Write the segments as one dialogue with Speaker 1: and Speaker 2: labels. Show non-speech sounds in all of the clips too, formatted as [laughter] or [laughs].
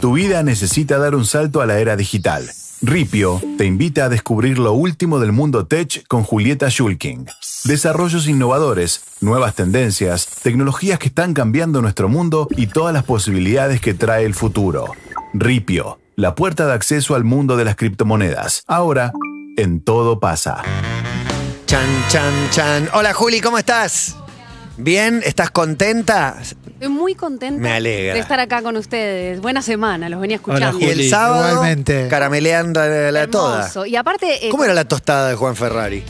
Speaker 1: Tu vida necesita dar un salto a la era digital. Ripio te invita a descubrir lo último del mundo tech con Julieta Schulking. Desarrollos innovadores, nuevas tendencias, tecnologías que están cambiando nuestro mundo y todas las posibilidades que trae el futuro. Ripio, la puerta de acceso al mundo de las criptomonedas. Ahora, en todo pasa.
Speaker 2: Chan, chan, chan. Hola Juli, ¿cómo estás? ¿Bien? ¿Estás contenta?
Speaker 3: Estoy muy contenta
Speaker 2: Me alegra.
Speaker 3: de estar acá con ustedes. Buena semana, los venía
Speaker 4: Hola,
Speaker 3: escuchando.
Speaker 2: Y el
Speaker 4: Juli,
Speaker 2: sábado,
Speaker 4: igualmente.
Speaker 2: carameleando la, la toda.
Speaker 3: Hermoso. Y aparte, eh,
Speaker 2: ¿Cómo era la tostada de Juan Ferrari?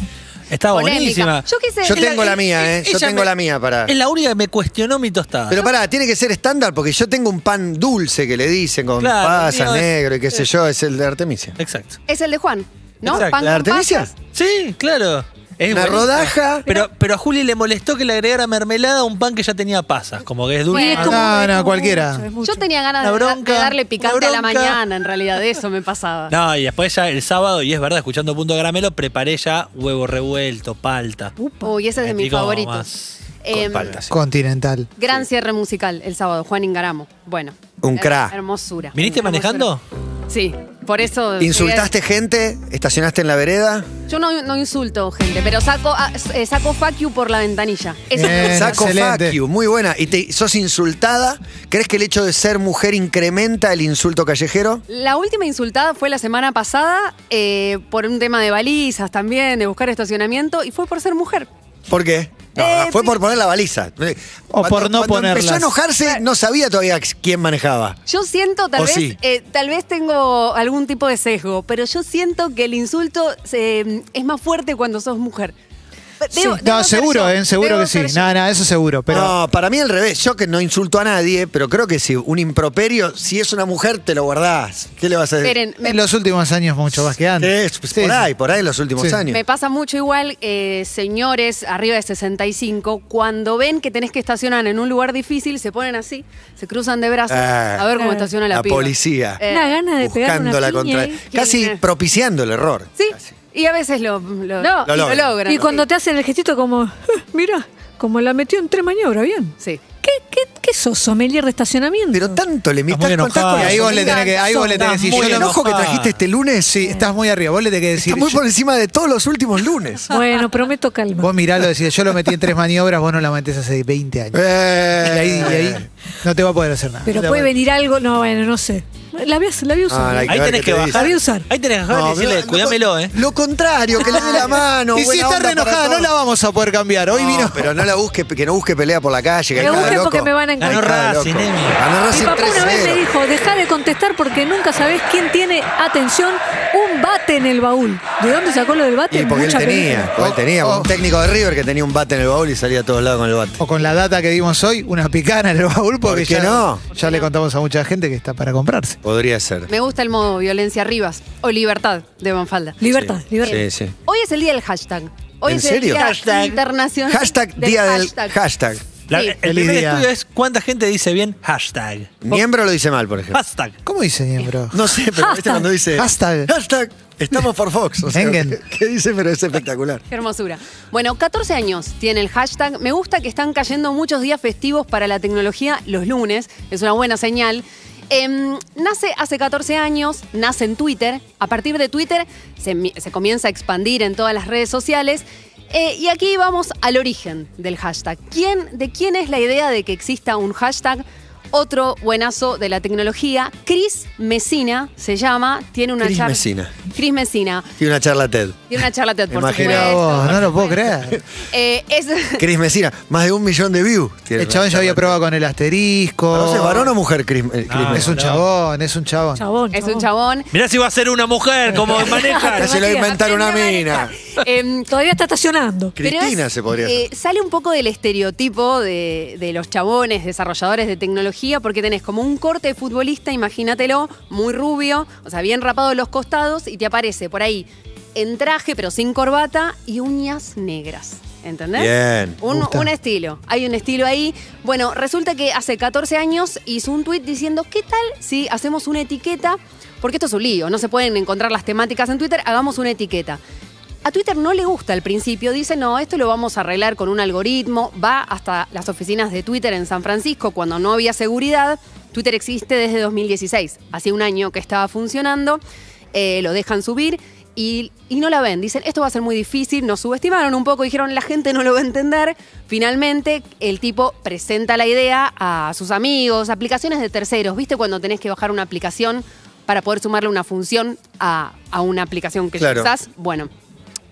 Speaker 4: Estaba
Speaker 3: polémica.
Speaker 4: buenísima.
Speaker 3: Yo quise
Speaker 2: Yo
Speaker 3: la-
Speaker 2: tengo la mía, ¿eh? Yo
Speaker 4: Ella
Speaker 2: tengo
Speaker 4: me-
Speaker 2: la mía para.
Speaker 4: Es la única que me cuestionó mi tostada.
Speaker 2: Pero pará, tiene que ser estándar porque yo tengo un pan dulce que le dicen con
Speaker 4: Claro,
Speaker 2: pasas,
Speaker 4: el mío es-
Speaker 2: negro y qué sé
Speaker 4: es-
Speaker 2: yo, es el de Artemisia.
Speaker 4: Exacto.
Speaker 3: es el de Juan, ¿no?
Speaker 4: Exacto.
Speaker 3: Pan
Speaker 2: ¿La
Speaker 3: con
Speaker 2: Artemisia?
Speaker 3: pasas.
Speaker 4: Sí, claro. Es
Speaker 2: Una
Speaker 4: buenísima.
Speaker 2: rodaja.
Speaker 4: Pero, pero a Juli le molestó que le agregara mermelada a un pan que ya tenía pasas, como que es dulce.
Speaker 3: Bueno, es
Speaker 4: Ah,
Speaker 3: como-
Speaker 4: no.
Speaker 3: es
Speaker 4: no.
Speaker 3: como
Speaker 4: cualquiera.
Speaker 3: mucho, es mucho. Yo tenía ganas
Speaker 4: Una
Speaker 3: de, da-
Speaker 4: bronca,
Speaker 3: de darle
Speaker 4: una
Speaker 3: picante a la
Speaker 4: bronca.
Speaker 3: mañana, en realidad, de eso me pasaba.
Speaker 4: y después ya el sábado, y es verdad, escuchando Punto Caramelo, preparé ya huevo revuelto, palta.
Speaker 3: Uy, ese es de mis
Speaker 4: Rico,
Speaker 3: favoritos.
Speaker 4: más.
Speaker 3: Em,
Speaker 2: paltas.
Speaker 5: Continental.
Speaker 3: gran cierre musical el sábado, Juan Ingaramo. Bueno.
Speaker 2: Un
Speaker 3: her-
Speaker 2: cra.
Speaker 3: Hermosura.
Speaker 4: ¿Viniste
Speaker 3: Hermosura.
Speaker 4: manejando?
Speaker 3: Sí, por eso.
Speaker 2: ¿Insultaste gente? ¿Estacionaste en la vereda?
Speaker 3: Yo no, no insulto, gente, pero saco, ah, eh, saco fuck you por la ventanilla. Eso-
Speaker 5: Bien,
Speaker 2: Saco
Speaker 5: excelente.
Speaker 2: fuck you, muy buena. ¿Y te, sos insultada? ¿Crees que el hecho de ser mujer incrementa el insulto callejero?
Speaker 3: La última insultada fue la semana pasada eh, por un tema de balizas también, de buscar estacionamiento, y fue por ser mujer.
Speaker 2: ¿Por qué? No,
Speaker 3: Eh,
Speaker 2: fue por poner la baliza.
Speaker 5: O por
Speaker 2: cuando Empezó
Speaker 5: no
Speaker 2: a
Speaker 5: ponerlas.
Speaker 2: enojarse, no sabía todavía quién manejaba.
Speaker 3: Yo siento, tal
Speaker 2: O
Speaker 5: Oh,
Speaker 3: vez,
Speaker 2: sí.
Speaker 3: eh, tal vez tengo algún tipo de sesgo, pero yo siento que el insulto se- es más fuerte cuando sos mujer. Debo-
Speaker 5: Sí.
Speaker 3: debo
Speaker 5: No,
Speaker 3: ser
Speaker 5: seguro,
Speaker 3: yo,
Speaker 5: eh, seguro
Speaker 3: debo
Speaker 5: que sí.
Speaker 3: ser yo.
Speaker 5: No, no, eso seguro. Pero
Speaker 2: no, para mí al revés. Yo que no insulto a nadie, pero creo que si un improperio, si es una mujer, te lo guardás. ¿Qué le vas
Speaker 5: eh,
Speaker 2: a decir?
Speaker 3: Esperen, me,
Speaker 5: en los últimos años mucho más que antes.
Speaker 2: Sí, pues,
Speaker 5: Sí,
Speaker 2: por
Speaker 5: sí.
Speaker 2: ahí, por ahí en los últimos
Speaker 5: Sí.
Speaker 2: años.
Speaker 3: Me pasa mucho igual, eh, señores arriba de 65, cuando ven que tenés que estacionar en un lugar difícil, se ponen así, se cruzan de brazos,
Speaker 2: Ah.
Speaker 3: a ver cómo estaciona la
Speaker 2: la
Speaker 3: piba.
Speaker 2: policía.
Speaker 3: Eh,
Speaker 6: Una gana de pegar una
Speaker 2: Buscando la
Speaker 6: piña,
Speaker 2: contra.
Speaker 6: ¿eh?
Speaker 2: Casi
Speaker 3: Qué-
Speaker 2: propiciando el error.
Speaker 3: sí, y a veces lo, lo,
Speaker 6: No,
Speaker 3: y
Speaker 2: Lo
Speaker 3: lo
Speaker 2: logran.
Speaker 3: logran.
Speaker 6: Y cuando te hacen el gestito como, "Ah, mira, como la metió en tres maniobras, bien.
Speaker 3: Sí.
Speaker 6: ¿Qué, qué, qué sos, sommelier de estacionamiento?
Speaker 2: Pero tanto le
Speaker 4: Estás muy
Speaker 2: estás- contás
Speaker 4: enojada.
Speaker 2: con
Speaker 5: Y
Speaker 2: la
Speaker 5: ahí vos le
Speaker 2: sombra.
Speaker 5: tenés que, ahí vos le tenés que
Speaker 4: Estás
Speaker 5: decir,
Speaker 2: el
Speaker 4: muy
Speaker 5: yo lo
Speaker 2: enojo que
Speaker 4: enojada.
Speaker 2: trajiste este lunes
Speaker 5: Sí, estás muy arriba. Vos le tenés que decir.
Speaker 2: está muy
Speaker 5: yo-
Speaker 2: por encima de todos los últimos lunes.
Speaker 6: Bueno, prometo calma.
Speaker 5: Vos miralo y decís, yo lo metí en tres maniobras, vos no la metés hace 20 años.
Speaker 2: Eh.
Speaker 5: [laughs] Y ahí, y ahí no te va a poder hacer nada. No
Speaker 6: Pero
Speaker 5: te va a
Speaker 6: puede
Speaker 5: poder-
Speaker 6: venir algo, no, bueno, no sé. La voy a, la voy a usar.
Speaker 2: Ah,
Speaker 4: Ahí
Speaker 2: que ver
Speaker 4: tenés
Speaker 2: qué
Speaker 4: que
Speaker 2: te
Speaker 4: bajar.
Speaker 6: dice. Avisar.
Speaker 4: Ahí tenés que bajar
Speaker 2: No,
Speaker 4: y decirle,
Speaker 2: mira, lo-
Speaker 4: cuidámelo, ¿eh?
Speaker 2: Lo contrario, que le dé
Speaker 5: [laughs]
Speaker 2: la mano.
Speaker 5: Y si
Speaker 2: buena
Speaker 5: está
Speaker 2: onda
Speaker 5: re
Speaker 2: para
Speaker 5: enojada, no
Speaker 2: todos.
Speaker 5: la vamos a poder cambiar. Hoy
Speaker 2: No,
Speaker 5: vino.
Speaker 2: Pero no la busque, que no busque pelea por la calle. Que
Speaker 6: Me
Speaker 2: hay cada
Speaker 6: busquen
Speaker 2: loco.
Speaker 6: porque me van a
Speaker 4: Ganó
Speaker 6: encontrar.
Speaker 2: Cada
Speaker 4: Racing,
Speaker 2: loco.
Speaker 4: Emi.
Speaker 2: Ganó
Speaker 6: Mi
Speaker 2: Racing
Speaker 6: papá una vez me
Speaker 2: 3-0.
Speaker 6: dijo, deja de contestar porque nunca sabés quién tiene, atención, un bate en el baúl. ¿De dónde sacó lo del bate?
Speaker 2: Y porque él
Speaker 6: Mucha
Speaker 2: tenía,
Speaker 6: pelea.
Speaker 2: porque él tenía,
Speaker 5: Oh,
Speaker 2: porque
Speaker 5: oh.
Speaker 2: un técnico de River que tenía un bate en el baúl y salía a todos lados con el bate.
Speaker 5: O con la data que dimos hoy, una picana en el baúl, porque
Speaker 2: qué
Speaker 5: ya,
Speaker 2: no?
Speaker 5: ya le contamos a mucha gente que está para comprarse.
Speaker 2: Podría ser.
Speaker 3: Me gusta el modo violencia Rivas o libertad de Manfalda.
Speaker 6: Libertad, libertad.
Speaker 2: Sí,
Speaker 3: [laughs]
Speaker 2: sí.
Speaker 3: Hoy es el día del hashtag. Hoy
Speaker 2: ¿En
Speaker 3: es
Speaker 2: serio?
Speaker 3: el día
Speaker 4: Hashtag.
Speaker 3: internacional.
Speaker 2: Hashtag
Speaker 3: del
Speaker 2: día del hashtag.
Speaker 4: La-
Speaker 3: Sí.
Speaker 4: el
Speaker 5: Feliz
Speaker 4: primer
Speaker 5: día.
Speaker 4: estudio es cuánta gente dice bien hashtag.
Speaker 2: Miembro lo dice mal, por ejemplo.
Speaker 4: Hashtag.
Speaker 5: ¿Cómo dice miembro?
Speaker 2: No sé, pero viste
Speaker 6: Hashtag.
Speaker 2: cuando dice.
Speaker 5: [laughs] Hashtag.
Speaker 2: Hashtag. Estamos por Fox. O sea,
Speaker 5: Engen.
Speaker 2: [laughs] ¿qué- ¿Qué dice? Pero es espectacular.
Speaker 3: Qué hermosura. Bueno, 14 años tiene el hashtag. Me gusta que están cayendo muchos días festivos para la tecnología los lunes. Es una buena señal. Em, nace hace 14 años, nace en Twitter. A partir de Twitter se, mi- se comienza a expandir en todas las redes sociales. Eh, y aquí vamos al origen del hashtag. ¿Quién, ¿De quién es la idea de que exista un hashtag? Otro buenazo de la tecnología, Chris Messina se llama, tiene una
Speaker 2: Chris
Speaker 3: char-
Speaker 2: Messina.
Speaker 3: Chris Messina.
Speaker 2: Tiene una charla TED.
Speaker 3: Tiene una charla TED, por
Speaker 2: Imagina
Speaker 5: Mira
Speaker 3: supuesto.
Speaker 5: vos, no lo puedo creer.
Speaker 3: Eh, es, [laughs]
Speaker 2: Cris Mesina, más de un millón de views. tiene
Speaker 5: El chabón
Speaker 2: una
Speaker 5: ya había
Speaker 2: charla TED.
Speaker 5: probado con el asterisco.
Speaker 2: ¿Conoces varón o mujer, Cris? eh, Cris
Speaker 4: No.
Speaker 5: Es
Speaker 2: Messina?
Speaker 5: un chabón, es un chabón.
Speaker 6: Chabón,
Speaker 3: es un chabón.
Speaker 4: Mirá si va a ser una
Speaker 2: [laughs]
Speaker 4: mujer, como maneja.
Speaker 2: Se lo
Speaker 6: Matías,
Speaker 2: inventaron una mina.
Speaker 3: Em,
Speaker 6: Todavía está estacionando.
Speaker 3: pero
Speaker 2: Cristina
Speaker 3: es,
Speaker 2: se podría
Speaker 3: eh,
Speaker 2: hacer.
Speaker 3: sale un poco del estereotipo de, de los chabones desarrolladores de tecnología, porque tenés como un corte de futbolista, imagínatelo, muy rubio, o sea, bien rapado los costados, y te aparece por ahí en traje, pero sin corbata, y uñas negras. ¿Entendés?
Speaker 2: Bien,
Speaker 5: me
Speaker 3: Un,
Speaker 5: gusta.
Speaker 3: un estilo. Hay un estilo ahí. Bueno, resulta que hace 14 años hizo un tuit diciendo, ¿qué tal si hacemos una etiqueta? Porque esto es un lío, no se pueden encontrar las temáticas en Twitter, hagamos una etiqueta. A Twitter no le gusta al principio, dice, no, esto lo vamos a arreglar con un algoritmo, va hasta las oficinas de Twitter en San Francisco cuando no había seguridad, Twitter existe desde 2016, hace un año que estaba funcionando, eh, lo dejan subir y, y no la ven. Dicen, esto va a ser muy difícil, nos subestimaron un poco, dijeron, la gente no lo va a entender. Finalmente, el tipo presenta la idea a sus amigos, aplicaciones de terceros, ¿viste? Cuando tenés que bajar una aplicación para poder sumarle una función a, a una aplicación que
Speaker 2: Claro.
Speaker 3: ya usás. Bueno,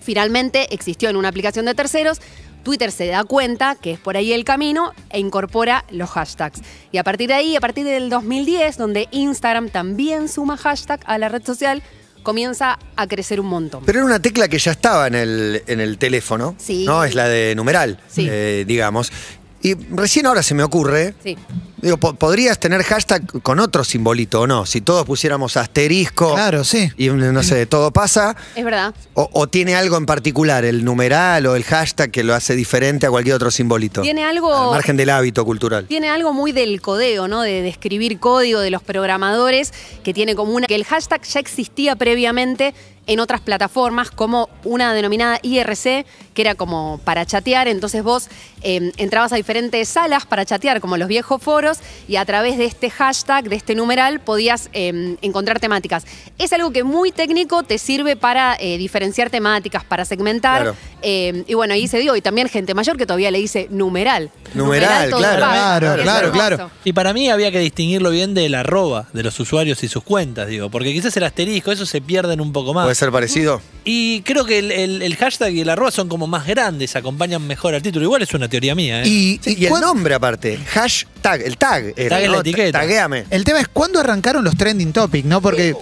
Speaker 3: finalmente existió en una aplicación de terceros. Twitter se da cuenta que es por ahí el camino e incorpora los hashtags. Y a partir de ahí, a partir del 2010, donde Instagram también suma hashtag a la red social, comienza a crecer un montón.
Speaker 2: Pero era una tecla que ya estaba en el, en el teléfono.
Speaker 3: Sí.
Speaker 2: ¿No? Es la de numeral,
Speaker 3: Sí.
Speaker 2: eh, digamos. Y recién ahora se me ocurre.
Speaker 3: Sí.
Speaker 2: Digo, po- podrías tener hashtag con otro simbolito o no. Si todos pusiéramos asterisco.
Speaker 5: Claro, sí.
Speaker 2: Y no sé, todo pasa.
Speaker 3: Es verdad.
Speaker 2: O, o tiene algo en particular, el numeral o el hashtag que lo hace diferente a cualquier otro simbolito.
Speaker 3: Tiene algo-
Speaker 2: Al margen del hábito cultural.
Speaker 3: Tiene algo muy del codeo, ¿no? De describir código de los programadores, que tiene como una. que el hashtag ya existía previamente en otras plataformas, como una denominada IRC, que era como para chatear. Entonces vos eh, entrabas a diferentes salas para chatear, como los viejos foros, y a través de este hashtag, de este numeral, podías eh, encontrar temáticas. Es algo que muy técnico te sirve para eh, diferenciar temáticas, para segmentar.
Speaker 2: Claro.
Speaker 3: Eh, y bueno, ahí se dio. Y también gente mayor que todavía le dice numeral.
Speaker 2: Numeral,
Speaker 3: todo
Speaker 2: claro,
Speaker 3: va.
Speaker 5: claro,
Speaker 3: Es
Speaker 5: claro,
Speaker 3: hermoso.
Speaker 5: claro.
Speaker 4: Y para mí había que distinguirlo bien del arroba, de los usuarios y sus cuentas, digo, porque quizás el asterisco, eso se pierden un poco más.
Speaker 2: ¿Puede ser parecido?
Speaker 4: Y creo que el, el- el hashtag y el arroba son como más grandes, acompañan mejor al título. Igual es una teoría mía, ¿eh?
Speaker 5: Y,
Speaker 2: Y,
Speaker 5: y
Speaker 2: el
Speaker 5: cuán-
Speaker 2: nombre aparte, hashtag, el tag. era,
Speaker 4: tag es la
Speaker 2: ¿no?
Speaker 4: etiqueta.
Speaker 2: Tagueame.
Speaker 5: el tema es cuándo arrancaron los trending topic, ¿no? Porque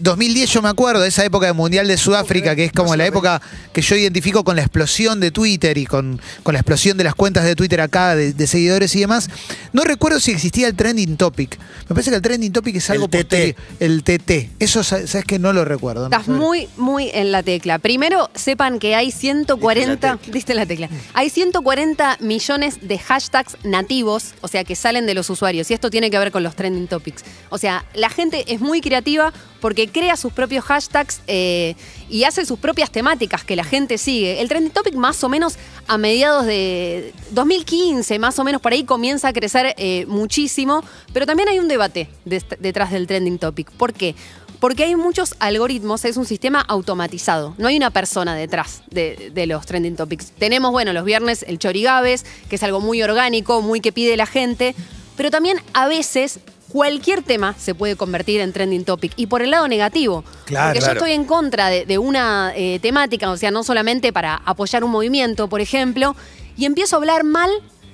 Speaker 5: 2010 yo me acuerdo, esa época del Mundial de Sudáfrica, que es como la época que yo identifico con la explosión de Twitter y con, con la explosión de las cuentas de Twitter acá, de, de seguidores y demás. No recuerdo si existía el trending topic. Me parece que el trending topic es
Speaker 2: El
Speaker 5: algo
Speaker 2: TT.
Speaker 5: posterior. El TT. Eso, sa- sabes que no lo recuerdo. ¿no?
Speaker 3: Estás muy, muy en la tecla. Primero, sepan que hay 140. Diste la tecla. Hay 140 millones de hashtags nativos, o sea, que salen de los usuarios. Y esto tiene que ver con los trending topics. O sea, la gente es muy creativa porque crea sus propios hashtags eh, y hace sus propias temáticas que la gente sigue. El trending topic, más o menos a mediados de 2015, más o menos por ahí, comienza a crecer eh, muchísimo. Pero también hay un debate des- detrás del trending topic. ¿Por qué? Porque hay muchos algoritmos, es un sistema automatizado. No hay una persona detrás de, de los trending topics. Tenemos, bueno, los viernes el chorigaves, que es algo muy orgánico, muy que pide la gente. Pero también a veces cualquier tema se puede convertir en trending topic. Y por el lado negativo.
Speaker 2: Claro,
Speaker 3: porque
Speaker 2: claro.
Speaker 3: yo estoy en contra de, de una eh, temática, o sea, no solamente para apoyar un movimiento, por ejemplo, y empiezo a hablar mal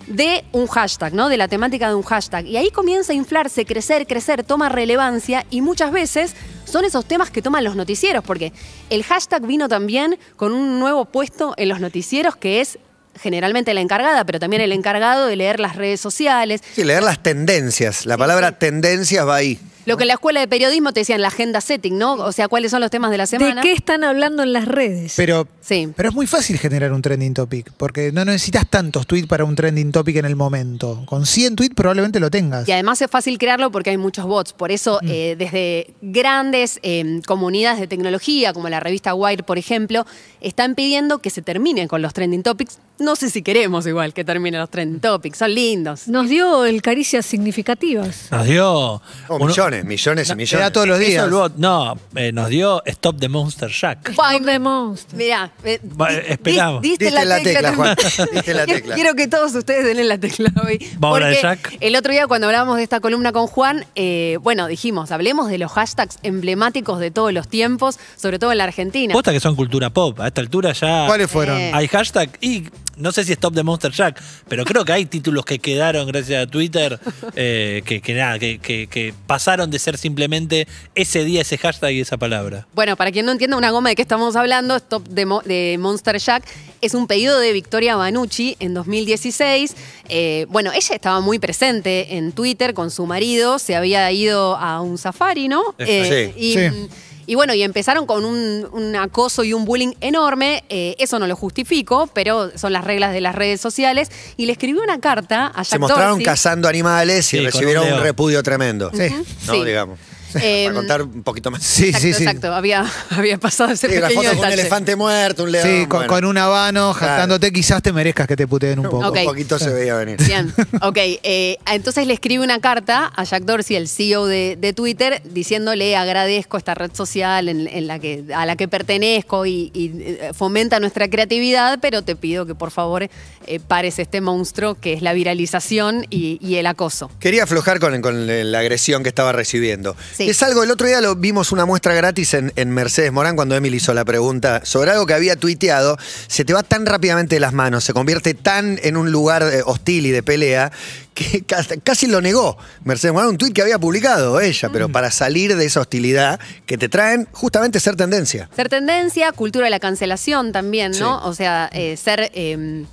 Speaker 3: de un hashtag, ¿no? De la temática de un hashtag. Y ahí comienza a inflarse, crecer, crecer, toma relevancia y muchas veces son esos temas que toman los noticieros, porque el hashtag vino también con un nuevo puesto en los noticieros que es generalmente la encargada, pero también el encargado de leer las redes sociales,
Speaker 2: Sí, leer las tendencias. La palabra tendencias va ahí.
Speaker 3: lo que en la escuela de periodismo te decían la agenda setting, ¿no? O sea, cuáles son los temas de la
Speaker 6: ¿De
Speaker 3: semana.
Speaker 6: qué están hablando en las redes?
Speaker 5: Pero,
Speaker 3: Sí.
Speaker 5: pero es muy fácil generar un trending topic, porque no necesitas tantos tweets para un trending topic en el momento. Con 100 tweets probablemente lo tengas.
Speaker 3: Y además es fácil crearlo porque hay muchos bots. Por eso,
Speaker 4: Mm.
Speaker 3: eh, desde grandes eh, comunidades de tecnología, como la revista Wire, por ejemplo, están pidiendo que se termine con los trending topics. No sé si queremos igual que terminen los
Speaker 4: Mm.
Speaker 3: trending topics. Son lindos.
Speaker 6: Nos dio el caricias significativas.
Speaker 4: Nos dio.
Speaker 2: Oh,
Speaker 4: uno-
Speaker 2: millones, millones y millones.
Speaker 5: da todos los
Speaker 4: Eso
Speaker 5: días.
Speaker 4: luego- no, eh, nos dio Stop the Monster Jack.
Speaker 3: Ay,
Speaker 6: Stop the monster.
Speaker 3: Mirá, eh,
Speaker 4: Va,
Speaker 3: di-
Speaker 4: esperamos.
Speaker 3: di- Diste, la, tecla,
Speaker 2: Juan.
Speaker 3: también.
Speaker 2: Diste la tecla.
Speaker 3: Quiero que todos ustedes den en la tecla hoy.
Speaker 4: [laughs] Vamos a hablar de
Speaker 3: Porque
Speaker 4: Jack.
Speaker 3: el otro día cuando hablábamos de esta columna con Juan, eh, bueno, dijimos, hablemos de los hashtags emblemáticos de todos los tiempos, sobre todo en la Argentina.
Speaker 4: Posta que son cultura pop. A esta altura ya.
Speaker 5: ¿Cuáles fueron?
Speaker 3: Eh.
Speaker 4: Hay hashtag y no sé si Stop the Monster Jack, pero creo que hay títulos que quedaron gracias a Twitter eh, que, que nada, que, que- que pasaron de ser simplemente ese día, ese hashtag y esa palabra.
Speaker 3: Bueno, para quien no entienda una goma de qué estamos hablando, Stop de, Mo- de Monster Jack es un pedido de Victoria Banucci en 2016. Eh, bueno, ella estaba muy presente en Twitter con su marido, se había ido a un safari, ¿no? Eh,
Speaker 2: Sí,
Speaker 3: y,
Speaker 5: sí.
Speaker 3: y bueno, y empezaron con un, un acoso y un bullying enorme. Eh, eso no lo justifico, pero son las reglas de las redes sociales. Y le escribió una carta a Jack
Speaker 2: Se mostraron
Speaker 3: Dorsey.
Speaker 2: cazando animales y
Speaker 4: Sí, con
Speaker 2: recibieron
Speaker 4: un
Speaker 2: un
Speaker 4: león.
Speaker 2: repudio tremendo.
Speaker 5: Sí.
Speaker 2: No,
Speaker 3: Sí.
Speaker 2: digamos.
Speaker 3: [laughs] Eh,
Speaker 2: Para contar un poquito más.
Speaker 5: Sí,
Speaker 3: exacto,
Speaker 5: sí, sí.
Speaker 3: exacto. Había, [laughs] había pasado ese
Speaker 2: Sí, la foto
Speaker 3: pequeño
Speaker 2: con un
Speaker 3: detalle.
Speaker 2: elefante muerto, un león.
Speaker 5: Sí, con,
Speaker 2: bueno.
Speaker 5: con un habano, jactándote, quizás te merezcas que te puteen un poco.
Speaker 3: Ok.
Speaker 2: Un poquito se veía venir.
Speaker 3: [laughs] Bien, ok. eh, entonces le escribe una carta a Jack Dorsey, el CEO de, de Twitter, diciéndole agradezco esta red social en, en la que, a la que pertenezco y, y, eh, fomenta nuestra creatividad, pero te pido que por favor eh, pares este monstruo que es la viralización y, y el acoso.
Speaker 2: Quería aflojar con, con la agresión que estaba recibiendo.
Speaker 3: Sí.
Speaker 2: Es algo, el otro día lo vimos una muestra gratis en, en Mercedes Morán cuando Emily hizo la pregunta sobre algo que había tuiteado. Se te va tan rápidamente de las manos, se convierte tan en un lugar eh, hostil y de pelea que [laughs] ca- casi lo negó Mercedes Morán, un tuit que había publicado ella,
Speaker 6: Mm.
Speaker 2: pero para salir de esa hostilidad que te traen justamente ser tendencia.
Speaker 3: Ser tendencia, cultura de la cancelación también, ¿no? O sea, eh, ser, eh,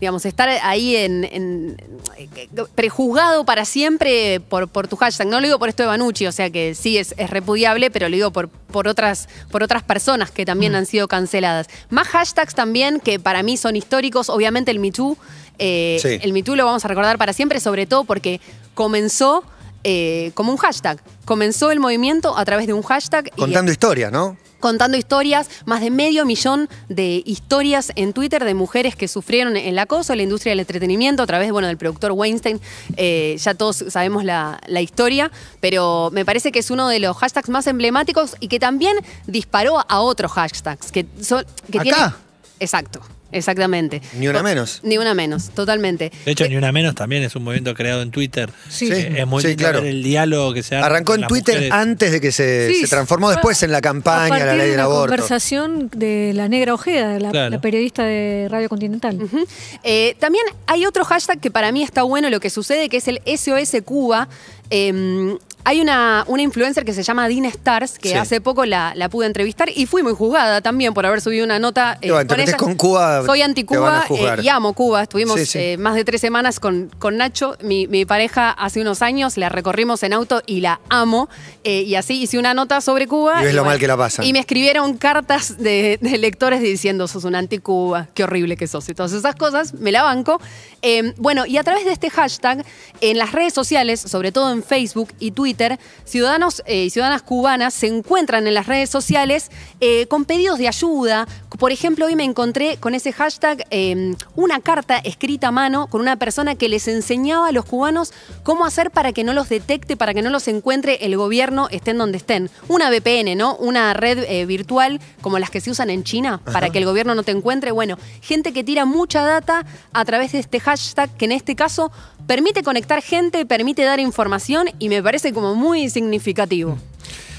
Speaker 3: digamos, estar ahí en, en- eh, prejuzgado para siempre por, por tu hashtag. No lo digo por esto de Banucci, o sea que sí es, es repudiable, pero lo digo por, por, otras, por otras personas que
Speaker 2: Mm.
Speaker 3: también han sido canceladas. Más hashtags también que para mí son históricos, obviamente el Me Too, eh,
Speaker 2: Sí.
Speaker 3: el Me Too lo vamos a recordar para siempre, sobre todo porque comenzó... eh, como un hashtag. Comenzó el movimiento a través de un hashtag. y-
Speaker 2: Contando historia, ¿no?
Speaker 3: contando historias, más de medio millón de historias en Twitter de mujeres que sufrieron el acoso en la industria del entretenimiento a través bueno, del productor Weinstein. Eh, ya todos sabemos la, la historia, pero me parece que es uno de los hashtags más emblemáticos y que también disparó a otros hashtags. Que son, que
Speaker 5: ¿Acá?
Speaker 3: tienen- exacto, exactamente.
Speaker 2: Ni una
Speaker 3: To-
Speaker 2: menos.
Speaker 3: Ni una menos, totalmente.
Speaker 4: De hecho, ni una menos también es un movimiento creado en Twitter.
Speaker 6: Sí.
Speaker 4: Que Es muy
Speaker 2: Sí,
Speaker 4: lindo
Speaker 2: claro.
Speaker 4: ver el diálogo que se arma
Speaker 2: Arrancó
Speaker 4: con
Speaker 2: en
Speaker 4: las
Speaker 2: Twitter
Speaker 4: mujeres.
Speaker 2: antes de que Eh, se,
Speaker 6: Sí,
Speaker 2: se transformó
Speaker 6: fue-
Speaker 2: después en la
Speaker 6: a
Speaker 2: campaña,
Speaker 6: partir
Speaker 2: la ley
Speaker 6: de
Speaker 2: del
Speaker 6: una
Speaker 2: aborto.
Speaker 6: conversación de la Negra Ojeda, la,
Speaker 4: Claro.
Speaker 6: la periodista de Radio Continental.
Speaker 3: Ujú. Eh, también hay otro hashtag que para mí está bueno lo que sucede, que es el SOS Cuba. Eh, hay una, una influencer que se llama Dina Stars, que
Speaker 2: Sí.
Speaker 3: hace poco la, la pude entrevistar y fui muy juzgada también por haber subido una nota. eh,
Speaker 2: Y bueno, te metés con Cuba,
Speaker 3: Soy
Speaker 2: te van a
Speaker 3: anticuba
Speaker 2: juzgar.
Speaker 3: eh, y amo Cuba. Estuvimos
Speaker 2: Sí, sí.
Speaker 3: eh, más de tres semanas con, con Nacho, mi, mi pareja, hace unos años. La recorrimos en auto y la amo. Eh, y así hice una nota sobre Cuba.
Speaker 2: Y ves lo mal que la pasan.
Speaker 3: Y me escribieron cartas de, de lectores diciendo, sos un anticuba, qué horrible que sos y todas esas cosas, me la banco. Eh, bueno, y a través de este hashtag, en las redes sociales, sobre todo en Facebook y Twitter, ciudadanos eh, y ciudadanas cubanas se encuentran en las redes sociales eh, con pedidos de ayuda. Por ejemplo, hoy me encontré con ese hashtag eh, una carta escrita a mano con una persona que les enseñaba a los cubanos cómo hacer para que no los detecte, para que no los encuentre el gobierno, estén donde estén. Una VPN, ¿no? Una red eh, virtual como las que se usan en China para que el gobierno no te encuentre. Bueno, gente que tira mucha data a través de este hashtag que en este caso permite conectar gente, permite dar información y me parece como muy significativo.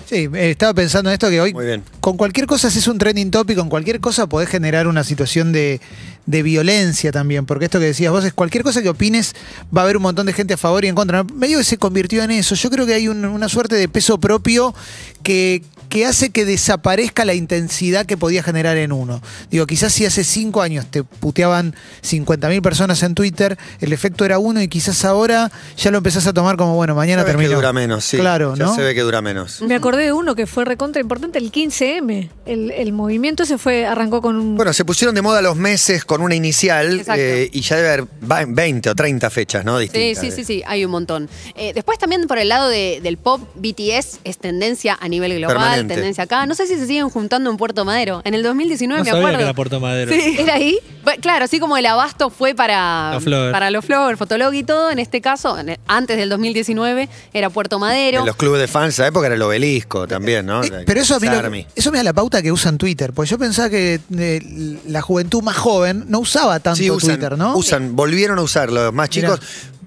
Speaker 5: Sí, eh, estaba pensando en esto que hoy
Speaker 2: Muy bien.
Speaker 5: con cualquier cosa es un trending topic, con cualquier cosa podés generar una situación de, de violencia también, porque esto que decías vos es cualquier cosa que opines va a haber un montón de gente a favor y en contra. Medio que se convirtió en eso. Yo creo que hay un- una suerte de peso propio que que hace que desaparezca la intensidad que podía generar en uno. Digo, quizás si hace cinco años te puteaban 50.000 personas en Twitter, el efecto era uno y quizás ahora ya lo empezás a tomar como, bueno, mañana
Speaker 2: Ya ves que
Speaker 5: termino.
Speaker 2: dura menos, sí.
Speaker 5: Claro,
Speaker 2: ya
Speaker 5: ¿no?
Speaker 2: se ve que dura menos.
Speaker 3: Mm.
Speaker 6: Me acordé de uno que fue recontra importante, el 15M. El, el movimiento se fue, arrancó con un
Speaker 2: Bueno, se pusieron de moda los meses con una inicial
Speaker 3: Exacto.
Speaker 2: eh, y ya debe haber va- 20 o 30 fechas, ¿no?
Speaker 3: Sí,
Speaker 2: Distintas.
Speaker 3: sí, sí, sí, hay un montón. Eh, después también por el lado de- del pop, BTS es tendencia a nivel global,
Speaker 2: Permanente.
Speaker 3: tendencia acá. No sé si se siguen juntando en Puerto Madero. En el 2019
Speaker 4: No
Speaker 3: me
Speaker 4: sabía
Speaker 3: acuerdo.
Speaker 4: que era Puerto Madero.
Speaker 3: Sí, era ahí. Bueno, claro, así como el abasto fue para
Speaker 4: La Flor.
Speaker 3: para los Flor, Fotolog y todo, en este caso, en el- antes del 2019 era Puerto Madero.
Speaker 2: En los clubes de fans, esa época era el obelisco también, ¿no?
Speaker 5: Eh, pero eso a mí lo- eso me da la pauta que usan Twitter, porque yo pensaba que eh, la juventud más joven no usaba tanto
Speaker 2: Sí, usan,
Speaker 5: Twitter, ¿no?
Speaker 2: usan, volvieron a usarlo. Los más
Speaker 5: Mirá.
Speaker 2: chicos,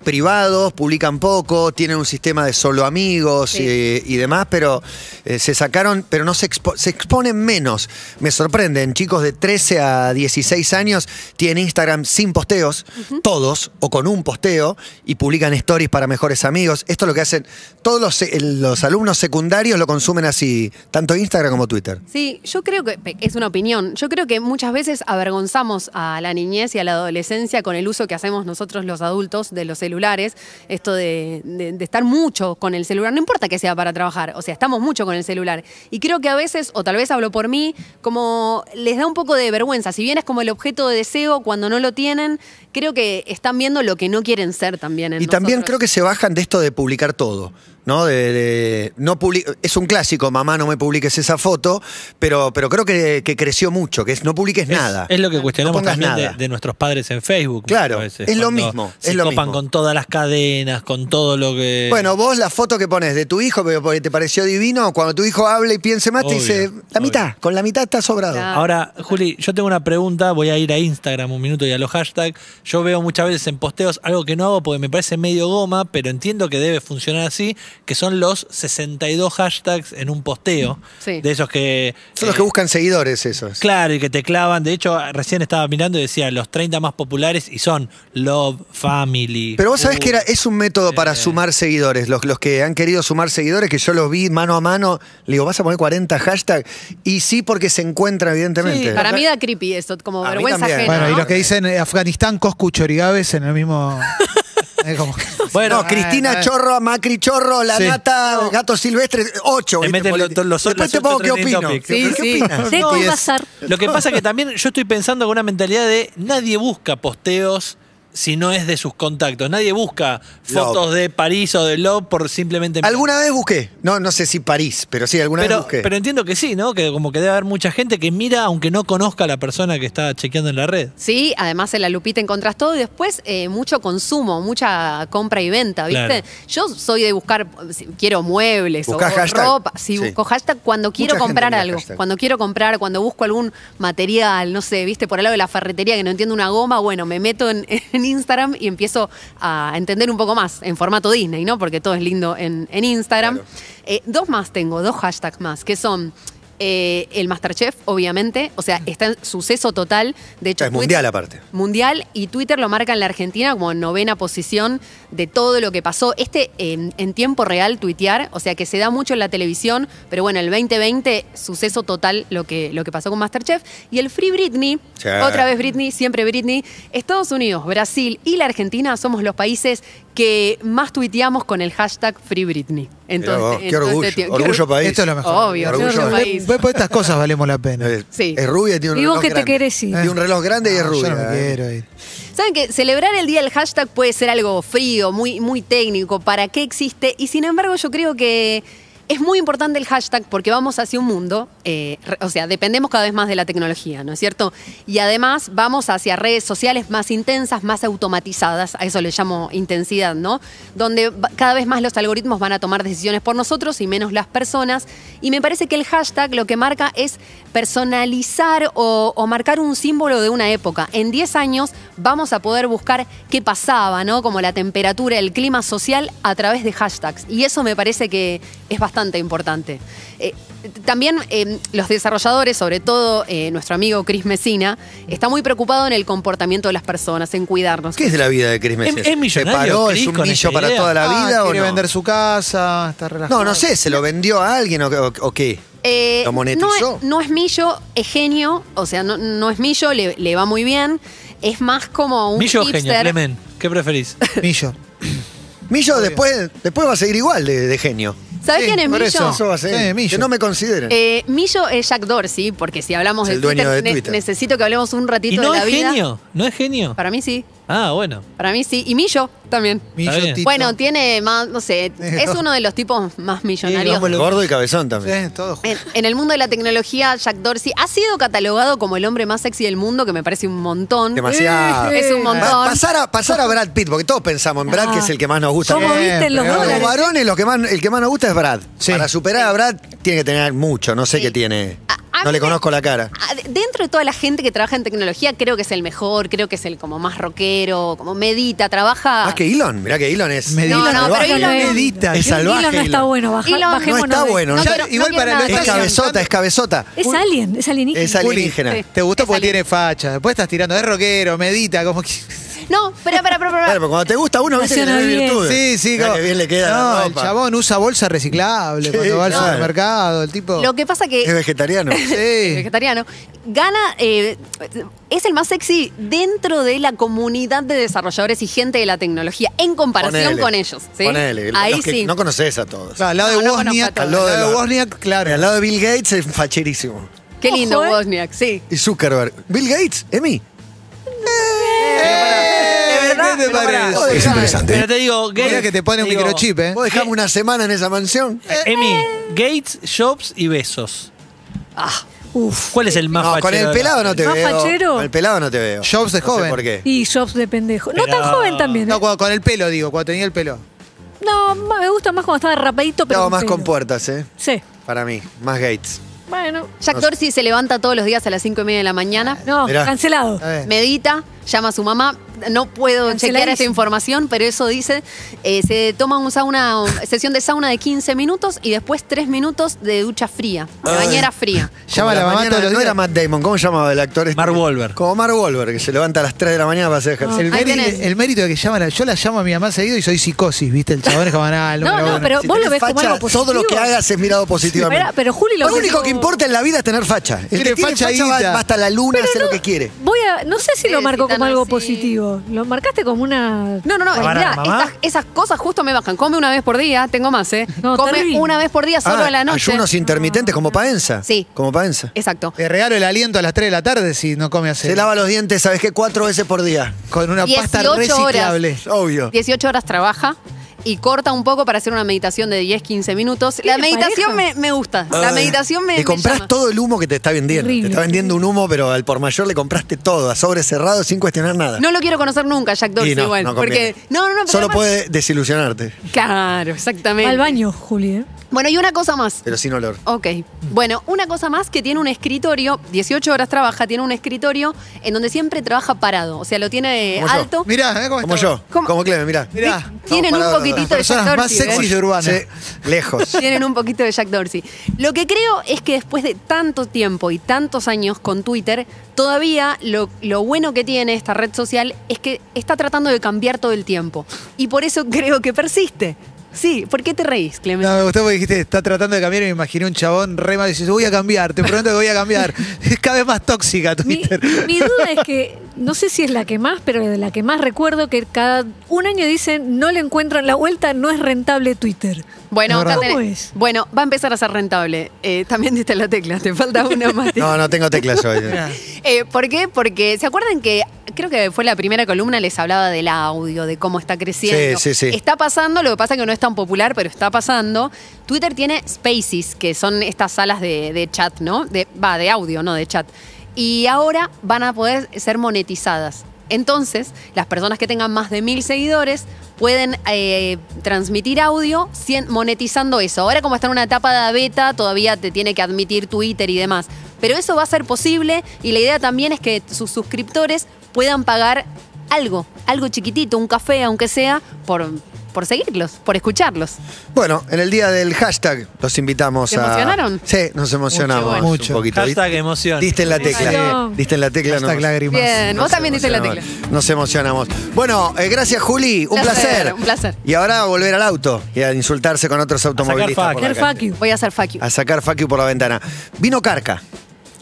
Speaker 2: privados, publican poco, tienen un sistema de solo amigos
Speaker 3: Sí.
Speaker 2: eh, y, demás, pero eh, se sacaron, pero no se, expo- se exponen menos. Me sorprenden, chicos de 13 a 16 años tienen Instagram sin posteos, todos, o con un posteo, y publican stories para mejores amigos. Esto es lo que hacen todos los, eh, los alumnos secundarios, lo consumen así, tanto Instagram como Twitter.
Speaker 3: Sí, yo creo que pe- es una opinión. Yo creo que muchas veces avergonzamos a la niñez y a la adolescencia con el uso que hacemos nosotros los adultos de los celulares. Esto de, de- de estar mucho con el celular, no importa que sea para trabajar, o sea, estamos mucho con el celular. Y creo que a veces, o tal vez hablo por mí, como les da un poco de vergüenza. Si bien es como el objeto de deseo, cuando no lo tienen, creo que están viendo lo que no quieren ser también. En
Speaker 2: Y también creo
Speaker 3: nosotros.
Speaker 2: que se bajan de esto de publicar todo. ¿no? De, de- no publi- es un clásico, mamá, no me publiques esa foto, pero, pero creo que, que creció mucho, que es no publiques
Speaker 4: Es-
Speaker 2: nada.
Speaker 4: Es, lo que cuestionamos
Speaker 2: pongas
Speaker 4: también de,
Speaker 2: nada.
Speaker 4: de nuestros padres en Facebook.
Speaker 2: Claro,
Speaker 4: muchas veces,
Speaker 2: es lo
Speaker 4: cuando
Speaker 2: mismo,
Speaker 4: Se
Speaker 2: es lo
Speaker 4: copan
Speaker 2: mismo.
Speaker 4: con todas las cadenas, con todo lo que.
Speaker 2: Bueno, vos la foto que pones de tu hijo pero porque te pareció divino, cuando tu hijo hable y piense más, te
Speaker 4: Obvio,
Speaker 2: dice, la
Speaker 4: obvio.
Speaker 2: mitad, con la mitad está sobrado.
Speaker 3: Claro.
Speaker 4: Ahora, Juli, yo tengo una pregunta, voy a ir a Instagram un minuto y a los hashtags. Yo veo muchas veces en posteos algo que no hago porque me parece medio goma, pero entiendo que debe funcionar así, que son los 62 hashtags en un posteo.
Speaker 3: Sí.
Speaker 4: De esos que...
Speaker 2: Son los
Speaker 4: eh,
Speaker 2: que buscan seguidores esos.
Speaker 4: Claro, y que te clavan. De hecho, recién estaba mirando y decía los 30 más populares y son Love, Family. uh.
Speaker 2: Pero vos sabés
Speaker 4: Food.
Speaker 2: que era, es un método para
Speaker 4: Eh.
Speaker 2: sumar seguidores. Los, los que han querido sumar seguidores, que yo los vi mano a mano, le digo, ¿vas a poner 40 hashtags? Y sí, porque se encuentra, evidentemente.
Speaker 3: Para mí da creepy eso, como
Speaker 2: A mí
Speaker 3: vergüenza
Speaker 2: también.
Speaker 3: ajena.
Speaker 5: Bueno, y
Speaker 3: ¿no?
Speaker 5: los que dicen eh, Afganistán, Coscu, Chorigaves en el [laughs] mismo. es como-
Speaker 4: Bueno,
Speaker 2: no, Cristina
Speaker 5: ah, ah.
Speaker 2: Chorro, Macri Chorro, la
Speaker 5: Sí.
Speaker 2: nata, gato silvestre, 8.
Speaker 4: Te meten los- los-
Speaker 2: Después
Speaker 4: los
Speaker 2: te pongo
Speaker 4: ocho
Speaker 2: qué
Speaker 4: trending
Speaker 2: opino.
Speaker 4: topics.
Speaker 3: Sí,
Speaker 2: ¿Qué
Speaker 3: sí.
Speaker 2: opinas?
Speaker 6: Dejo
Speaker 2: Y es-
Speaker 6: pasar.
Speaker 4: Lo que pasa que también yo estoy pensando con una mentalidad de nadie busca posteos si no es de sus contactos. Nadie busca fotos de París o de Love por simplemente...
Speaker 2: Alguna vez busqué. No, no sé si París, pero sí, alguna vez
Speaker 4: pero,
Speaker 2: busqué.
Speaker 4: pero entiendo que sí, ¿no? Que como que debe haber mucha gente que mira aunque no conozca a la persona que está chequeando en la red.
Speaker 3: Sí, además en la lupita encontrás todo y después eh, mucho consumo, mucha compra y venta, ¿viste?
Speaker 4: Claro.
Speaker 3: Yo soy de buscar, si quiero muebles
Speaker 2: Buscás
Speaker 3: o
Speaker 2: hashtag.
Speaker 3: ropa.
Speaker 2: Sí.
Speaker 3: Sí, busco hashtag cuando quiero
Speaker 2: Mucha gente
Speaker 3: comprar
Speaker 2: mira
Speaker 3: algo.
Speaker 2: hashtag.
Speaker 3: Cuando quiero comprar, cuando busco algún material, no sé, ¿viste? Por algo de la ferretería que no entiendo una goma, bueno, me meto en, [laughs] en Instagram y empiezo a entender un poco más en formato Disney, ¿no? Porque todo es lindo en, en Instagram. Eh, dos más tengo, dos hashtags más, que son. eh, el Masterchef, obviamente, o sea, está en suceso total. De hecho,
Speaker 2: Es
Speaker 3: Twitter-
Speaker 2: mundial aparte.
Speaker 3: Mundial y Twitter lo marca en la Argentina como en novena posición de todo lo que pasó. Este en, en tiempo real tuitear, o sea que se da mucho en la televisión, pero bueno, el 2020, suceso total lo que, lo que pasó con Masterchef. Y el Free Britney,
Speaker 2: Sí.
Speaker 3: otra vez Britney, siempre Britney. Estados Unidos, Brasil y la Argentina somos los países que más tuiteamos con el hashtag Free Britney.
Speaker 2: Mirá vos,
Speaker 3: Entonces,
Speaker 2: qué orgullo. orgullo [laughs] país.
Speaker 5: Esto es lo mejor.
Speaker 3: Obvio,
Speaker 2: Orgullo
Speaker 3: orgullo
Speaker 2: del
Speaker 3: país.
Speaker 5: Ve- ve por estas cosas valemos la pena.
Speaker 2: Es,
Speaker 3: Sí.
Speaker 2: es rubia y tiene un
Speaker 6: Y vos
Speaker 2: reloj
Speaker 6: que te
Speaker 2: grande.
Speaker 6: querés ir.
Speaker 2: Y un reloj grande y es
Speaker 5: No,
Speaker 2: rubia.
Speaker 5: Yo no me
Speaker 2: ¿eh?
Speaker 5: quiero ir.
Speaker 3: Saben que celebrar el día del hashtag puede ser algo frío, muy, muy técnico, para qué existe, y sin embargo yo creo que es muy importante el hashtag porque vamos hacia un mundo, eh, re- o sea, dependemos cada vez más de la tecnología, ¿no es cierto? Y además vamos hacia redes sociales más intensas, más automatizadas, a eso le llamo intensidad, ¿no? Donde va- cada vez más los algoritmos van a tomar decisiones por nosotros y menos las personas, y me parece que el hashtag lo que marca es personalizar o, o marcar un símbolo de una época. En 10 años vamos a poder buscar qué pasaba, ¿no? Como la temperatura, el clima social a través de hashtags. Y eso me parece que es bastante importante. Eh, también eh, los desarrolladores, sobre todo eh, nuestro amigo Chris Messina, está muy preocupado en el comportamiento de las personas, en cuidarnos.
Speaker 2: ¿Qué es de la vida de Cris Meses?
Speaker 4: es millonario,
Speaker 2: ¿Se paró?
Speaker 4: Cris,
Speaker 2: ¿Es un
Speaker 4: con esta
Speaker 2: millo para
Speaker 4: idea?
Speaker 2: toda la
Speaker 5: Ah,
Speaker 2: vida o
Speaker 5: quiere
Speaker 2: no?
Speaker 5: vender su casa, está relajado.
Speaker 2: No, no
Speaker 5: [laughs]
Speaker 2: sé, ¿se lo vendió a alguien o, o- o qué?
Speaker 3: Eh,
Speaker 2: ¿Lo monetizó?
Speaker 3: No, es- no es Millo, es genio. O sea, no, no es Millo, le, le va muy bien. Es más como un
Speaker 4: Millo o
Speaker 3: hipster.
Speaker 4: genio, Clemen, ¿qué preferís?
Speaker 5: Millo.
Speaker 2: Millo después, después va a seguir igual de, de genio.
Speaker 3: ¿Sabés quién es
Speaker 2: por Eso,
Speaker 3: Millo?
Speaker 2: eso va a seguir.
Speaker 5: Sí, Millo.
Speaker 2: Que no me consideren.
Speaker 3: Eh, Millo es Jack Dorsey, porque si hablamos
Speaker 2: Es el
Speaker 3: de, Twitter,
Speaker 2: dueño de
Speaker 3: ne-
Speaker 2: Twitter.
Speaker 3: necesito que hablemos un
Speaker 4: ¿Y
Speaker 3: ratito
Speaker 4: no
Speaker 3: de la
Speaker 4: es
Speaker 3: vida.
Speaker 4: genio? ¿No es genio?
Speaker 3: Para mí sí,
Speaker 4: Ah, bueno.
Speaker 3: para mí sí. Y Millo también.
Speaker 4: Está
Speaker 5: Millo,
Speaker 4: bien.
Speaker 5: Tito.
Speaker 3: Bueno, tiene más, no sé, es
Speaker 5: no.
Speaker 3: uno de los tipos más millonarios.
Speaker 5: vamos, lo-
Speaker 2: Gordo y cabezón también.
Speaker 5: Sí, todo junto.
Speaker 3: En, en el mundo de la tecnología, Jack Dorsey ha sido catalogado como el hombre más sexy del mundo, que me parece un montón.
Speaker 2: Demasiado.
Speaker 3: Es un
Speaker 2: Eh, Pa-
Speaker 3: montón.
Speaker 2: pasar, a, pasar a Brad Pitt, porque todos pensamos en Brad, que es el que más nos gusta.
Speaker 6: ¿Cómo
Speaker 5: Bien,
Speaker 6: viste los
Speaker 5: pero-
Speaker 2: Los
Speaker 6: dólares?
Speaker 2: varones, lo que más, el que más nos gusta es Brad.
Speaker 5: Sí.
Speaker 2: Para superar a Brad, tiene que tener mucho. No sé qué tiene.
Speaker 3: A- a
Speaker 2: no le
Speaker 3: mí me-
Speaker 2: conozco la cara.
Speaker 3: Ah, de- Dentro de toda la gente que trabaja en tecnología, creo que es el mejor, creo que es el como más rockero, como medita, trabaja.
Speaker 2: Más que Elon. Mirá que Elon es.
Speaker 5: Medita.
Speaker 3: Ah. No, no, pero
Speaker 2: salvaje.
Speaker 3: Elon es-
Speaker 5: Medita.
Speaker 2: Es salvaje.
Speaker 6: E. Elon no está
Speaker 2: Elon.
Speaker 6: bueno, baja-
Speaker 3: Elon no
Speaker 2: No
Speaker 6: bajémonos
Speaker 2: está
Speaker 6: de-
Speaker 2: bueno.
Speaker 3: No
Speaker 2: ¿no?
Speaker 5: Ya,
Speaker 3: quiero-
Speaker 5: igual
Speaker 3: quiero
Speaker 5: para
Speaker 3: nada.
Speaker 5: lo
Speaker 2: Es
Speaker 5: estás
Speaker 2: cabezota,
Speaker 5: alentando-
Speaker 2: es cabezota.
Speaker 6: Es alien, es alienígena.
Speaker 2: Es alienígena.
Speaker 3: Sí.
Speaker 5: Te gustó porque
Speaker 3: Sale.
Speaker 5: tiene facha. Después estás tirando, es rockero, medita, como que.
Speaker 3: No, espera, espera,
Speaker 2: [laughs]
Speaker 3: espera.
Speaker 2: Claro, pero cuando te gusta uno, viste que
Speaker 6: Funciona
Speaker 2: tiene
Speaker 6: bien.
Speaker 2: virtudes.
Speaker 5: Sí, sí,
Speaker 2: Mirá
Speaker 5: como-
Speaker 2: que bien le queda
Speaker 5: No,
Speaker 2: la
Speaker 5: el
Speaker 2: ropa.
Speaker 5: chabón usa bolsa reciclable
Speaker 2: Sí,
Speaker 5: cuando va al
Speaker 2: claro.
Speaker 5: supermercado. El tipo.
Speaker 3: Lo que pasa
Speaker 2: Es
Speaker 3: [laughs] que
Speaker 2: vegetariano.
Speaker 5: Sí.
Speaker 3: vegetariano gana eh, es el más sexy dentro de la comunidad de desarrolladores y gente de la tecnología en comparación
Speaker 2: Ponele.
Speaker 3: con ellos. ¿sí?
Speaker 2: Ponele. Los
Speaker 3: Ahí
Speaker 2: que
Speaker 3: sí.
Speaker 2: No conoces a todos.
Speaker 5: Claro, al lado
Speaker 3: No,
Speaker 5: de
Speaker 3: no conozco a
Speaker 5: Wozniak.
Speaker 3: todos.
Speaker 5: Al lado de
Speaker 2: Claro.
Speaker 5: Wozniak, claro.
Speaker 2: Al lado de Bill Gates es facherísimo.
Speaker 3: Qué lindo
Speaker 6: Ojo, eh.
Speaker 3: Wozniak, sí.
Speaker 2: Y Zuckerberg. Bill Gates, Emi.
Speaker 5: Eh,
Speaker 3: De verdad,
Speaker 2: ¿Qué te
Speaker 4: Pero pará,
Speaker 2: parece?
Speaker 1: Es interesante. ¿eh?
Speaker 4: Pero te digo, Gates.
Speaker 5: Mirá que te pone un
Speaker 4: digo, eh,
Speaker 5: microchip, ¿eh?
Speaker 2: ¿Vos dejamos una semana en esa mansión?
Speaker 4: Emi, Gates, Jobs y Besos.
Speaker 3: Ah,
Speaker 6: Uf.
Speaker 4: ¿Cuál es el más
Speaker 2: No,
Speaker 4: fachero
Speaker 2: con el
Speaker 4: de
Speaker 2: pelado
Speaker 4: los-
Speaker 2: no te
Speaker 6: ¿Más
Speaker 2: veo.
Speaker 6: fachero?
Speaker 2: Con el pelado no te veo.
Speaker 5: Jobs es
Speaker 2: No sé
Speaker 5: joven.
Speaker 2: ¿Por qué?
Speaker 6: Y Jobs de pendejo. No
Speaker 4: Pero-
Speaker 6: tan joven también. ¿eh?
Speaker 5: No, cuando- con el pelo, digo, cuando tenía el pelo.
Speaker 6: No, ma- me gusta más cuando estaba rapadito, pero.
Speaker 2: No, más
Speaker 6: pelo.
Speaker 2: con puertas, ¿eh?
Speaker 6: Sí.
Speaker 2: Para mí, más Gates.
Speaker 6: Bueno.
Speaker 3: Jack Dorsey se levanta todos los días a las 5 y media de la mañana.
Speaker 6: No,
Speaker 2: Mirá.
Speaker 6: cancelado.
Speaker 5: A ver.
Speaker 3: Medita, llama a su mamá, no puedo chequear esta
Speaker 6: Canceladísimo.
Speaker 3: información, pero eso dice, eh, se toma un sauna, sesión de sauna de 15 minutos y después 3 minutos de ducha fría, de bañera fría.
Speaker 5: Llama
Speaker 2: Como
Speaker 5: a la mamá
Speaker 2: mañana,
Speaker 5: todos los
Speaker 2: No
Speaker 5: días.
Speaker 2: era Matt Damon, ¿cómo llamaba el actor? este?
Speaker 4: Mark Wahlberg.
Speaker 2: Como Mark Wahlberg, que se levanta a las 3 de la mañana para hacer ejercicio.
Speaker 5: El,
Speaker 3: Ahí
Speaker 5: mérito-
Speaker 3: tenés.
Speaker 5: el mérito de que llama a la- yo la llamo a mi mamá seguido y soy psicosis, ¿viste? El chabón es como nada, el
Speaker 6: No,
Speaker 5: número
Speaker 6: Ah, no,
Speaker 5: uno.
Speaker 6: pero-
Speaker 2: Si
Speaker 6: vos lo
Speaker 2: tenés
Speaker 6: ves como
Speaker 2: facha,
Speaker 6: algo
Speaker 2: Todo lo
Speaker 6: positivo.
Speaker 2: que hagas es mirado positivamente.
Speaker 6: Pero- pero Juli lo
Speaker 2: lo
Speaker 6: que
Speaker 2: único
Speaker 6: dijo-
Speaker 2: que importa en la vida es tener facha. El
Speaker 5: Tiene
Speaker 2: que tiene
Speaker 5: facha
Speaker 2: facha va,
Speaker 5: guita.
Speaker 2: va hasta la luna a hacer lo que quiere.
Speaker 6: Voy a. No sé si
Speaker 3: Sí,
Speaker 6: lo marcó
Speaker 3: si tan
Speaker 6: como algo
Speaker 3: así.
Speaker 6: positivo. Lo marcaste como una.
Speaker 3: No, no, no,
Speaker 4: ¿Llamar a
Speaker 3: mirá,
Speaker 4: la mamá?
Speaker 3: estas- esas cosas justo me bajan. Come una vez por día, tengo más, ¿eh?
Speaker 6: No,
Speaker 3: Come
Speaker 6: terrible.
Speaker 3: una vez por día solo
Speaker 2: Ah,
Speaker 3: a la noche.
Speaker 2: Ayunos intermitentes como Paenza.
Speaker 3: Sí.
Speaker 2: Como Paenza.
Speaker 3: Exacto.
Speaker 5: Le regalo el aliento a las 3 de la tarde si no come hace.
Speaker 2: Se lava los dientes, ¿sabes qué? Cuatro veces por día.
Speaker 5: Con una pasta
Speaker 3: 18 horas.
Speaker 5: reciclable.
Speaker 2: Obvio.
Speaker 3: 18 horas trabaja y corta un poco para hacer una meditación de 10, 15 minutos. La
Speaker 6: Tiene
Speaker 3: meditación me,
Speaker 6: pareja.
Speaker 3: me gusta. La
Speaker 2: Ay.
Speaker 3: meditación me.
Speaker 2: Le
Speaker 3: me
Speaker 2: compras
Speaker 3: llama.
Speaker 2: todo el humo que te está vendiendo.
Speaker 6: Horrible.
Speaker 2: Te está vendiendo un humo, pero al por mayor le compraste todo, a sobre cerrado, sin cuestionar nada.
Speaker 3: No lo quiero conocer nunca, Jack Dorsey,
Speaker 2: Y no,
Speaker 3: igual.
Speaker 2: no conviene.
Speaker 3: porque. No, no, no. pero
Speaker 2: Solo
Speaker 3: además-
Speaker 2: puede desilusionarte,
Speaker 3: Claro,
Speaker 6: Va
Speaker 3: exactamente.
Speaker 6: al baño,
Speaker 2: [laughs]
Speaker 6: Juli, ¿eh?
Speaker 3: Bueno, y una cosa más.
Speaker 2: pero sin olor.
Speaker 3: Ok. Bueno, una cosa más que tiene un escritorio, 18 horas trabaja, tiene un escritorio en donde siempre trabaja parado. O sea, lo tiene eh,
Speaker 2: Como yo.
Speaker 3: alto.
Speaker 5: Mirá, ¿eh? ¿Cómo
Speaker 2: Como
Speaker 5: está?
Speaker 2: yo,
Speaker 3: ¿Cómo?
Speaker 2: como Clemen, mirá.
Speaker 5: Mirá,
Speaker 3: Tienen
Speaker 2: No,
Speaker 3: un
Speaker 2: pará,
Speaker 3: poquitito
Speaker 5: las
Speaker 3: de Jack
Speaker 5: personas más
Speaker 3: Dorsey, ¿eh?
Speaker 5: sexy de Urbana.
Speaker 2: Sí, lejos.
Speaker 3: Tienen un poquito de Jack Dorsey. Lo que creo es que después de tanto tiempo y tantos años con Twitter, todavía lo, lo bueno que tiene esta red social es que está tratando de cambiar todo el tiempo. Y por eso creo que persiste. Sí, ¿por qué te reís, Clemente?
Speaker 5: No, me gustó porque dijiste, está tratando de cambiar y me imaginé un chabón re mal y dices, voy a cambiar, te prometo que voy a cambiar. [laughs] Es cada vez más tóxica
Speaker 6: Mi,
Speaker 5: Twitter.
Speaker 6: mi duda es que, no sé si es la que más, pero de la que más recuerdo que cada un año dicen no le encuentran la vuelta, no es rentable Twitter.
Speaker 3: Bueno,
Speaker 5: La verdad.
Speaker 3: Tatiana-
Speaker 6: ¿Cómo es?
Speaker 3: bueno, va a empezar a ser rentable. Eh, también diste la tecla, te falta
Speaker 2: [laughs]
Speaker 3: una más.
Speaker 2: No, no tengo teclas hoy.
Speaker 3: Eh, ¿Por qué? Porque, ¿se acuerdan que creo que fue la primera columna, les hablaba del audio, de cómo está creciendo?
Speaker 2: Sí, sí, sí.
Speaker 3: Está pasando, lo que pasa es que no es tan popular, pero está pasando. Twitter tiene spaces, que son estas salas de, de chat, ¿no? De, va, de audio, no de chat. Y ahora van a poder ser monetizadas. Entonces, las personas que tengan más de mil seguidores pueden eh, transmitir audio cien- monetizando eso. Ahora como está en una etapa de beta, todavía te tiene que admitir Twitter y demás. Pero eso va a ser posible y la idea también es que sus suscriptores puedan pagar algo, algo chiquitito, un café aunque sea, por, por seguirlos, por escucharlos.
Speaker 2: Bueno, en el día del hashtag los invitamos
Speaker 3: ¿Te
Speaker 2: a.
Speaker 3: emocionaron?
Speaker 2: Sí, nos emocionamos
Speaker 5: bueno. Mucho.
Speaker 2: un poquito.
Speaker 4: Hashtag emoción.
Speaker 2: Diste en la tecla.
Speaker 6: Ay, no.
Speaker 2: Diste en la tecla.
Speaker 5: Hashtag
Speaker 2: nos-
Speaker 5: lágrimas.
Speaker 3: Bien, vos
Speaker 2: nos
Speaker 3: también diste la tecla.
Speaker 2: emocionamos. Nos emocionamos. Bueno, eh, gracias Juli, un
Speaker 3: Placer,
Speaker 2: placer,
Speaker 3: un placer.
Speaker 2: Y ahora a volver al auto y a insultarse con otros automovilistas.
Speaker 4: fuck.
Speaker 2: por la
Speaker 6: Ser
Speaker 2: calle.
Speaker 6: fuck you.
Speaker 3: Voy a hacer fuck you.
Speaker 2: a sacar Facu por la ventana. Vino Carca.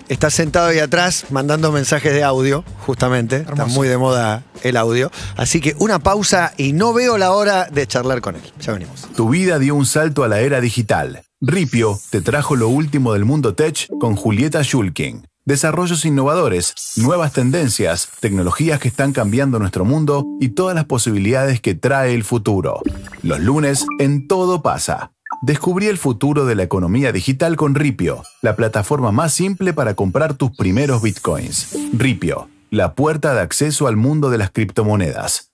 Speaker 2: Está sentado ahí atrás mandando mensajes de audio, justamente. Está muy de moda el audio. Así que una pausa y no veo la hora de charlar con él. Ya venimos.
Speaker 1: Tu vida dio un salto a la era digital. Ripio te trajo lo último del mundo tech con Julieta Shulkin. Desarrollos innovadores, nuevas tendencias, tecnologías que están cambiando nuestro mundo y todas las posibilidades que trae el futuro. Los lunes en Todo pasa. Descubrí el futuro de la economía digital con Ripio, la plataforma más simple para comprar tus primeros bitcoins. Ripio, la puerta de acceso al mundo de las criptomonedas.